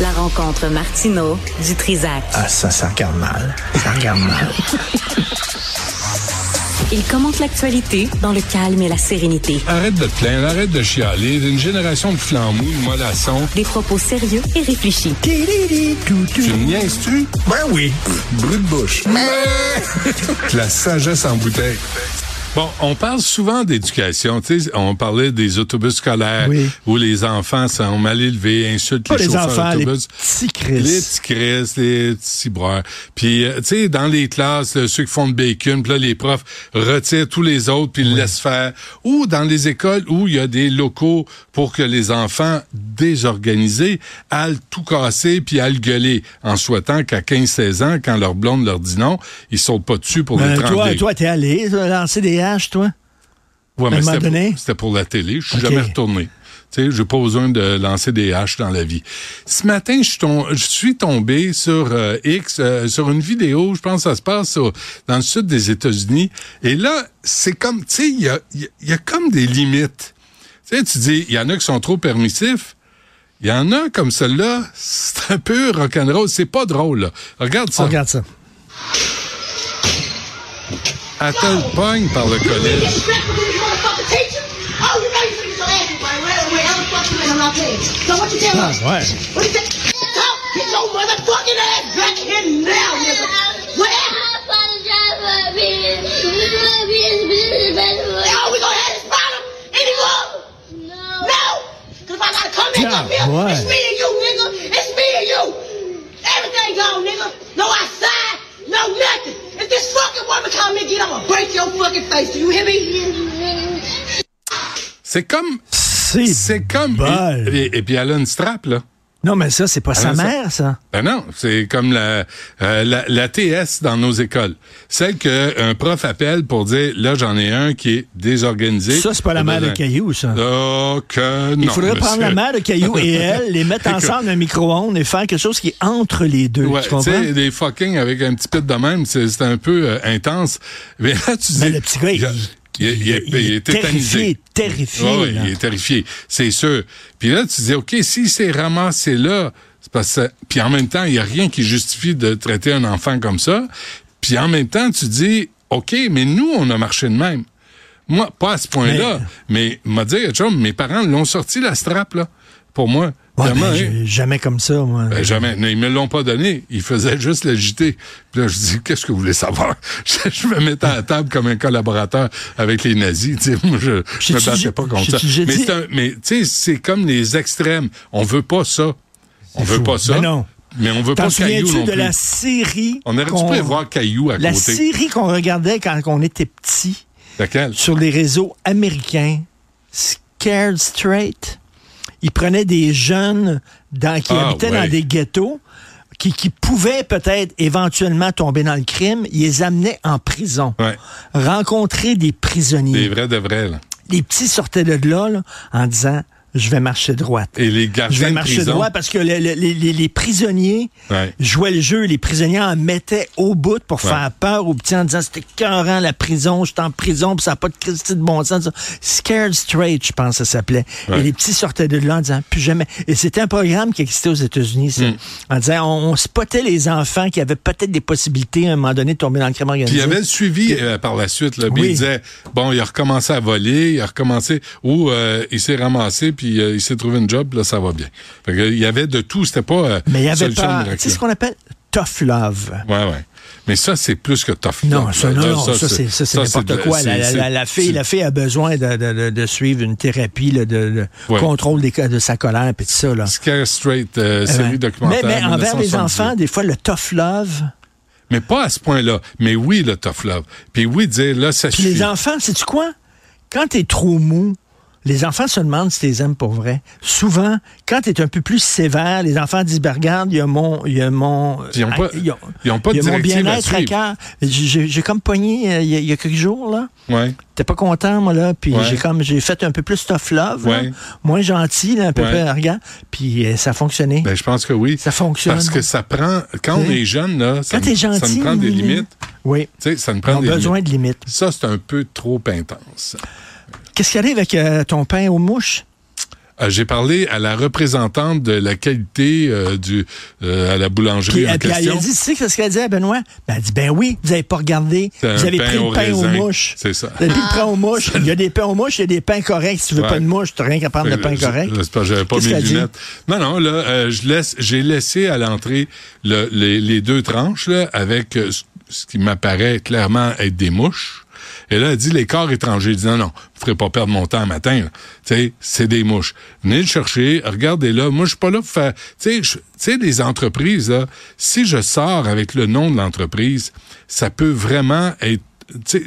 La rencontre Martino du Trizac. Ah, ça, ça regarde mal. Ça regarde mal. Il commente l'actualité dans le calme et la sérénité. Arrête de te plaindre, arrête de chialer. Une génération de flambous, de mollassons. Des propos sérieux et réfléchis. Ben Tu me niaises-tu? Ben oui. Brut de bouche. La sagesse en bouteille. Bon, on parle souvent d'éducation. Tu sais, on parlait des autobus scolaires Oui. où les enfants sont mal élevés, insultent Pas les, les chauffeurs enfants, les d'autobus. petits Chris. Euh, Les petits Chris, les petits breurs. Puis, euh, tu sais, dans les classes, euh, ceux qui font de bacon, puis là, les profs retirent tous les autres puis le laissent faire. Ou dans les écoles où il y a des locaux pour que les enfants désorganisés aillent tout casser puis aillent gueuler en souhaitant qu'à 15-16 ans, quand leur blonde leur dit non, ils sautent pas dessus pour les Ben, trembler. toi, toi, t'es allé lancer des haches, toi? Ouais, À un mais moment c'était donné? pour, c'était pour la télé. Je suis Ok. jamais retourné. Tu sais, j'ai pas besoin de lancer des haches dans la vie. Ce matin, je suis, tom- je suis tombé sur euh, X, euh, sur une vidéo, je pense que ça se passe au- dans le sud des États-Unis. Et là, c'est comme, tu sais, il y a, il y a- il y a comme des limites. Tu sais, tu dis, il y en a qui sont trop permissifs. Il y en a comme celle-là, c'est un peu rock'n'roll. C'est pas drôle, là. Regarde ça. On regarde ça. Elle te le pogne par le You collet. disrespect because you motherfucking teacher? Oh, you know you think your ass is right where where else fuck you is, I'm not paying. So what you tell Ah, us? ouais. What you say? Come, get your motherfucking ass back here now, nigga. Where? No, oh, we gonna have this problem anymore. No, because if I gotta come back Yeah, up here, boy. it's me and you, nigga. It's me and you. Everything gone, nigga. No outside, no nothing. If this fucking woman come and get, I'ma break your fucking face. Do you hear me? C'est comme, C'est. c'est comme, Bol. et, et- et puis elle a une strap, là. Non, mais ça, c'est pas sa Ah, ça- mère, ça. Ben non, c'est comme la, euh, la, la TS dans nos écoles. Celle que un prof appelle pour dire, là, j'en ai un qui est désorganisé. Ça, c'est pas la mère de Ben, Caillou, ça. Oh, que non, Il faudrait prendre monsieur. la mère de Caillou et elle, les mettre ensemble dans un micro-ondes et faire quelque chose qui est entre les deux. Ouais, tu tu comprends? sais, des fucking avec un petit peu de même, c'est c'est un peu euh, intense. Mais là, tu dis... Mais Ben, le petit gars, il- a- il, il- il est- il est il est terrifié, tétanisé. terrifié, Ouais, ouais, là. il est terrifié, c'est sûr. Puis là, tu dis, OK, si c'est ramassé là, c'est parce que... Puis en même temps, il n'y a rien qui justifie de traiter un enfant comme ça. Puis en même temps, tu dis, OK, mais nous, on a marché de même. Moi, pas à ce point-là, mais, m'a dit, chum, mes parents l'ont sorti, la strap, là, pour moi. Ouais, Vraiment, mais hein. ben, j'ai- jamais comme ça, moi. Ben, jamais. Non, ils me l'ont pas donné. Ils faisaient juste l'agiter. Puis là, je dis, qu'est-ce que vous voulez savoir? je, je me mettais à la table comme un collaborateur avec les nazis. Tu sais, moi, je, je J'ai-tu me battais déjà- pas contre ça. j'ai-tu déjà Mais, dit- c'est un- mais, tu sais, c'est comme les extrêmes. On veut pas ça. On veut fou. pas ça. Mais non. Mais on veut T'en pas Caillou souviens-tu non de plus. la série? On aurait dû qu'on- prévoir Caillou à La côté. série qu'on regardait quand on était petit Laquelle? sur les réseaux américains, Scared Straight. Ils prenaient des jeunes dans- qui Ah, habitaient ouais. dans des ghettos, qui, qui pouvaient peut-être éventuellement tomber dans le crime. Ils les amenaient en prison. Ouais. Rencontrer des prisonniers. Les vrais de vrais, là. Les petits sortaient de là, là, en disant Je vais marcher droite. Et les Je gardiens vais de marcher prison. droit parce que le- le- les, les- les prisonniers Ouais. jouaient le jeu. Les prisonniers en mettaient au bout pour faire peur aux petits en disant c'était écœurant la prison, je suis en prison, puis ça n'a pas de Christie de bon sens. ça. Scared Straight, je pense que ça s'appelait. Ouais. Et les petits sortaient de là en disant plus jamais. Et c'était un programme qui existait aux États-Unis, Hmm. ça. En disant on, on spottait les enfants qui avaient peut-être des possibilités à un moment donné de tomber dans le crime Puis il organisé. y avait le suivi euh, par la suite. Là, Puis Oui. il disait, bon, il a recommencé à voler, il a recommencé, ou euh, il s'est ramassé, puis euh, il s'est trouvé une job, puis là, ça va bien. Fait que, il y avait de tout, c'était pas euh, Mais il y avait solution pas. miracle. Tu sais ce qu'on appelle tough love. Ouais, ouais. Mais ça, c'est plus que tough. Non, love, ça, là. non, Là, non, ça, c'est ça, c'est ça, n'importe de- quoi. La, la- c'est- la- la fille, c'est- la fille a besoin de, de- de- de suivre une thérapie là, de, de Ouais. contrôle des, de sa colère et tout ça. Là. Scare Straight, euh, Eh ben, série documentaire. mais, mais envers les 1978. enfants, des fois, le tough love. Mais pas à ce point-là. Mais oui, le tough love. Puis oui, dire, là, ça Puis suffit. les enfants, sais-tu quoi? Quand t'es trop mou, les enfants se demandent si t'es aimes pour vrai. Souvent, quand t'es un peu plus sévère, les enfants disent, ben, regarde, il y a mon... il Y a mon Ils ont pas- il y a- ils ont pas de il y a mon directive à bien-être à suivre. cœur. J'ai j'ai comme pogné, euh, il y, a- il y a quelques jours, là. Ouais. T'es pas content, moi, là. Puis Ouais. j'ai comme, j'ai fait un peu plus tough love. là. Ouais. moins gentil, là, un peu Ouais. plus arrogant. Puis euh, ça a fonctionné. Ben, je pense que oui. Ça fonctionne. hein. Parce que ça prend, quand on Oui. est jeune, là, Quand ça, Ah, t'es nous- ça gentil. nous prend des oui, limites. Oui. Tu sais, ça nous Ils prend ont des besoin limites. de limites. Ça, c'est un peu trop intense. Qu'est-ce qui arrive avec euh, ton pain aux mouches? Euh, J'ai parlé à la représentante de la qualité euh, du euh, à la boulangerie Puis, en euh, puis elle, question. a dit, tu sais ce qu'elle dit à Benoît? Ben, elle dit, ben oui, vous n'avez pas regardé. Vous C'est un avez pain pris au le pain aux raisin. mouches. C'est ça. Vous avez pris le pain aux mouches. Il y a des pains aux mouches, il y a des pains corrects. Si tu veux Ouais. pas de mouche, tu n'as rien qu'à prendre le pain Je- correct. je- c'est parce que j'avais pas Qu'est-ce mes qu'elle dit? lunettes. Non, non, là, euh, je laisse, j'ai laissé à l'entrée le- les, les deux tranches, là, avec euh, ce- ce qui m'apparaît clairement être des mouches. Et là, elle dit l'écart étranger. Elle dit non, non, vous ferez pas perdre mon temps le matin. là. Tu sais, c'est des mouches. Venez le chercher, regardez-le. Moi, je suis pas là pour faire. Tu sais, je- tu sais, les entreprises, là, si je sors avec le nom de l'entreprise, ça peut vraiment être. tu sais,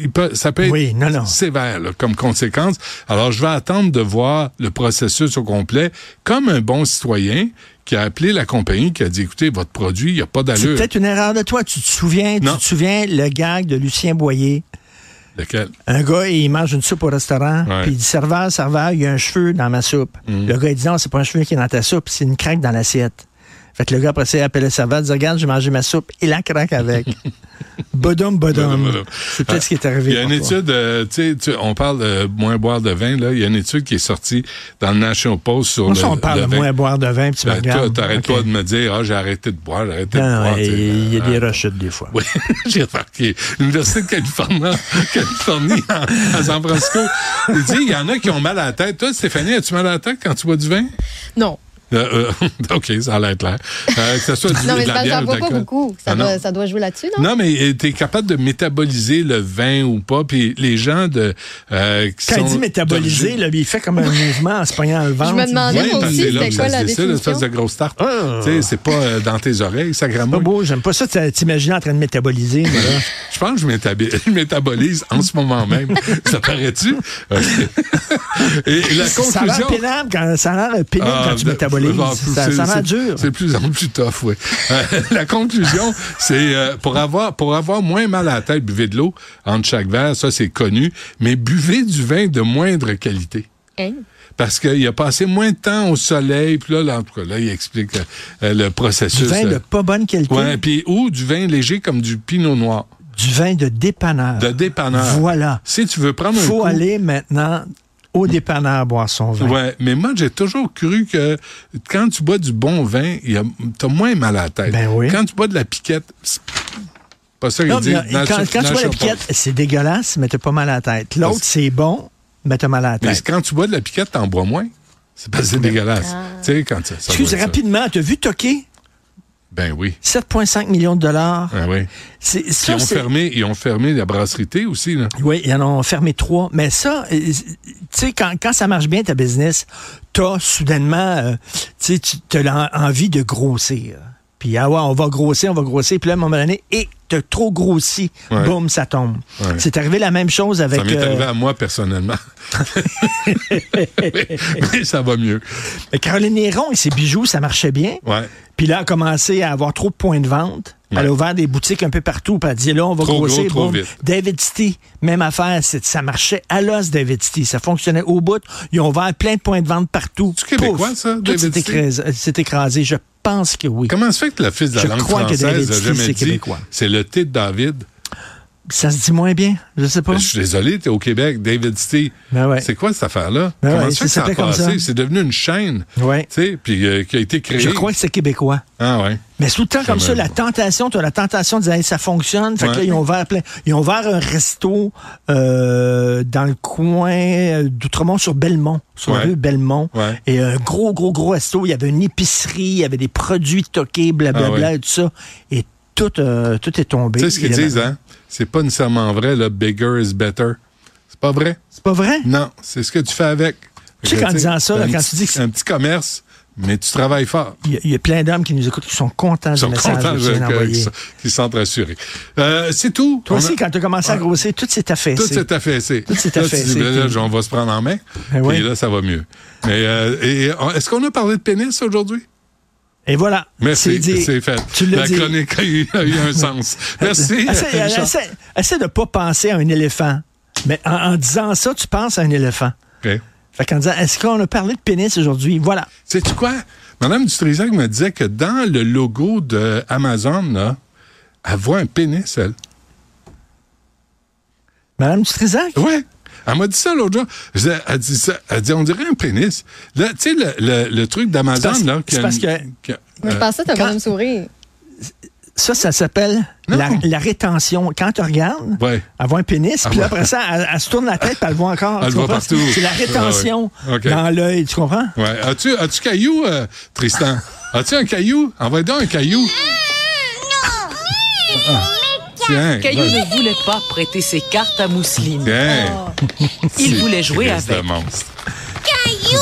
il peut- ça peut être Oui, non, non. sévère là, comme conséquence. Alors, je vais attendre de voir le processus au complet, comme un bon citoyen qui a appelé la compagnie, qui a dit, écoutez, votre produit, il n'y a pas C'est d'allure. peut-être une erreur de toi. Tu te souviens, Non. tu te souviens le gag de Lucien Boyer. Lequel? Un gars, il mange une soupe au restaurant, Ouais. Mm. puis il dit Serveur, serveur, il y a un cheveu dans ma soupe. Le gars, il dit Non, c'est pas un cheveu qui est dans ta soupe, c'est une craque dans l'assiette. Fait que le gars, après ça, il appelle le serveur, il dit Regarde, j'ai mangé ma soupe, et la craque avec. bodum, Madame, bodum. madame. C'est peut-être Ah, ce qui est arrivé. Il y a une pour toi. étude, euh, tu sais, tu- on parle de moins boire de vin, là. Il y a une étude qui est sortie dans le National Post sur Moi, le, si on parle le de vin. moins boire de vin, puis tu me Ben, toi, regardes. t'arrêtes Ok. pas de me dire, ah, j'ai arrêté de boire, j'ai arrêté Non, de non, boire. tu sais, il y a euh, des rechutes, des fois. Oui, j'ai remarqué. L'Université de Californie, Californie en- à San Francisco. Il dit, il y en a qui ont mal à la tête. Toi, Stéphanie, as-tu mal à la tête quand tu bois du vin? Non. Euh, euh, OK, ça a l'air clair. Euh, que ce soit du, Non, de mais c'est la parce que bière j'en ou bois pas d'alcool. beaucoup. Ça, Ah, non. doit, ça doit jouer là-dessus, non? Non, mais tu es capable de métaboliser le vin ou pas. Puis les gens de. Euh, qui Quand il sont dit métaboliser, d'origine- là, il fait comme un mouvement en se pognant le ventre. demandais, Oui, moi parce que aussi, c'est là c'était que quoi ça se la décide, définition? l'espèce de grosse tarte. Ah. Tu sais, c'est pas euh, dans tes oreilles, ça Pas gramouille. beau, j'aime pas ça t'as- t'imaginer en train de métaboliser. moi, là. Je pense que je, métabi- je métabolise en ce moment même. ça paraît-tu? Ok. Et la Ça a l'air conclusion... pénible quand, ça a l'air pénible Ah, quand tu ben, métabolises. ah, ça, c'est- ça a l'air c'est- dur. C'est de plus en plus tough, oui. Euh, la conclusion, c'est euh, pour avoir pour avoir moins mal à la tête, buvez de l'eau entre chaque verre, ça c'est connu, mais buvez du vin de moindre qualité. Hein? Parce qu'il a passé moins de temps au soleil, puis là, là, en tout cas, là, il explique euh, euh, le processus. Du vin de euh, pas bonne qualité. ouais, puis ou du vin léger comme du pinot noir. Du vin de dépanneur. De dépanneur. Voilà. Si tu veux prendre un faut coup- aller maintenant au dépanneur boire son vin. Ouais, mais moi, j'ai toujours cru que quand tu bois du bon vin, il y a- t'as moins mal à la tête. Ben oui. Quand tu bois de la piquette, c'est pas ça Non, qu'ils mais là, disent. dans le quand, sur- quand tu dans vois le la surprise. piquette, c'est dégueulasse, mais t'as pas mal à la tête. L'autre, c'est bon, mais t'as mal à la Mais tête. quand tu bois de la piquette, t'en bois moins. C'est pas Ben, c'est dégueulasse. ah. Tu sais, quand ça. ça Excuse, doit être ça. rapidement, t'as vu toquer Ben oui. 7,5 millions de dollars. Ah oui. C'est, Puis Ils ça, ont, c'est- fermé, ils ont fermé la brasserie T aussi. Là. Oui, ils en ont fermé trois. Mais ça, euh, tu sais, quand, quand ça marche bien, ta business, t'as soudainement, euh, tu sais, tu- t'as l'en- envie de grossir. Puis, ah ouais, on va grossir, on va grossir. Puis là, à un moment donné, et t'as trop grossi. Ouais. Boum, ça tombe. Ouais. C'est arrivé la même chose avec... Ça m'est euh, arrivé à moi personnellement. mais, mais ça va mieux. Mais Caroline Néron et ses bijoux, ça marchait bien. Ouais. Puis là, elle a commencé à avoir trop de points de vente. Ouais. Elle a ouvert des boutiques un peu partout. Puis elle a dit, là, on va Trop gros, grossir. trop boum. vite. David City, même affaire. c'est- Ça marchait à l'os, David City. Ça fonctionnait au bout. Ils ont ouvert plein de points de vente partout. C'est québécois, ça, Tout David s'est City? écrasé- euh, s'est écrasé. Je pense que oui. Comment se fait que la fille de la Je langue crois que française n'a David City, c'est jamais dit québécois. c'est le T de David? Ça se dit moins bien. Je sais pas. Ben, je suis désolé, t'es au Québec, David City. Ben ouais. C'est quoi cette affaire-là? Ben Comment ouais, ça fait ça que ça a s'appelait comme passé? ça. C'est devenu une chaîne. Ouais. Tu sais, puis euh, qui a été créée. Je crois que c'est québécois. Ah ouais. Mais tout le temps comme ça, Jamais. la tentation, tu as la tentation de dire Hey, ça fonctionne. Fait que Ouais. là, ils ont ouvert plein. Ils ont ouvert un resto euh, dans le coin d'Outremont sur Belmont, sur la Ouais. rue Belmont. Ouais. Et un gros, gros, gros resto. Il y avait une épicerie, il y avait des produits toqués, blablabla Ah ouais. et tout ça. Et tout, euh, tout est tombé. Tu sais ce qu'ils Il y avait- disent, hein? C'est pas nécessairement vrai, le bigger is better. C'est pas vrai? C'est pas vrai? Non, c'est ce que tu fais avec. Tu sais Fait que, qu'en disant ça, t'as là, un quand petit- tu dis que c'est- un petit commerce, mais tu travailles fort. Il y a- il y, a plein d'hommes qui nous écoutent qui sont contents Ils du sont message contents que tu viens que- qu'ils d'envoyer. sont- qu'ils sont rassurés. Euh, c'est tout. Toi On aussi, a- quand tu as commencé à Ah. grossir, tout s'est affaissé. Tout s'est affaissé. Tout s'est Là, tu dis, affaissé, ben là, puis- on va se prendre en main. Ben Et oui. là, ça va mieux. Mais, euh, et, euh, est-ce qu'on a parlé de pénis aujourd'hui? Et voilà. Merci, dit. c'est fait. Tu l'as La dit. chronique a eu, a eu un sens. Merci. Essaie, Richard. essaie- essaie de ne pas penser à un éléphant. Mais en, en disant ça, tu penses à un éléphant. Ok. Fait qu'en disant, est-ce qu'on a parlé de pénis aujourd'hui? Voilà. Sais-tu quoi? Madame Dutrisac me disait que dans le logo de Amazon, là, elle voit un pénis, elle. Madame Dutrisac? Ouais. Elle m'a dit ça l'autre jour. Je disais, Elle dit, ça, elle dit, on dirait un pénis. Là, tu sais, le, le- le truc d'Amazon, C'est parce- là. c'est a parce une- que- qui a- Mais je euh, pensais que t'as quand- quand même souri. Ça, ça s'appelle Non. la, la rétention. Quand tu regardes, Ouais. elle voit un pénis, Ah puis ouais. après ça, elle, elle se tourne la tête, puis elle le voit encore. Elle Tu le voit comprends? partout. C'est la rétention Ah ouais. OK. dans l'œil, tu comprends? ouais. As-tu as caillou, euh, Tristan? As-tu un caillou? Envoie-donc un caillou. Ah. Tiens, Caillou ouais, ne voulait pas prêter ses cartes à Mousseline. tiens. Il C'est voulait jouer Christ de avec. monstre. Tiens,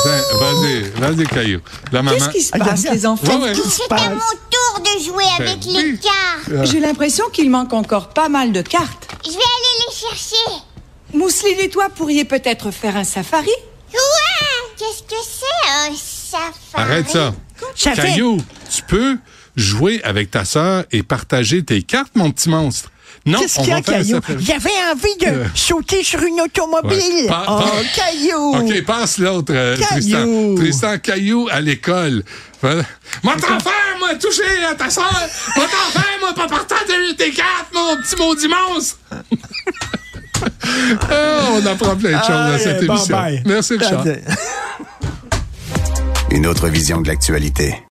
Vas-y, vas-y, caillou. La maman. Qu'est-ce qui se Ah, passe, regarde. les enfants? Ouais, ouais. C'était passe? mon tour de jouer avec Ben les oui. cartes. J'ai l'impression qu'il manque encore pas mal de cartes. Je vais aller les chercher. Mousseline et toi pourriez peut-être faire un safari Ouais! Qu'est-ce que c'est euh, un safari? Arrête ça. J'avais- Caillou, tu peux jouer avec ta sœur et partager tes cartes, mon petit monstre. Non, Qu'est-ce on qu'il y a, va faire Caillou? ça. Il avait envie de Euh. sauter sur une automobile. Ouais. Pa- oh, pa- Caillou! OK, passe l'autre, euh, Caillou. Tristan. Tristan Caillou à l'école. Voilà. Moi, t'en faire, moi, toucher à ta soeur. Moi, t'en faire, moi, pas partager tes cartes, mon petit maudit monstre. Ah, on apprend plein de choses dans Ah, cette bon, émission. bye. Merci, Richard. Attends. Une autre vision de l'actualité.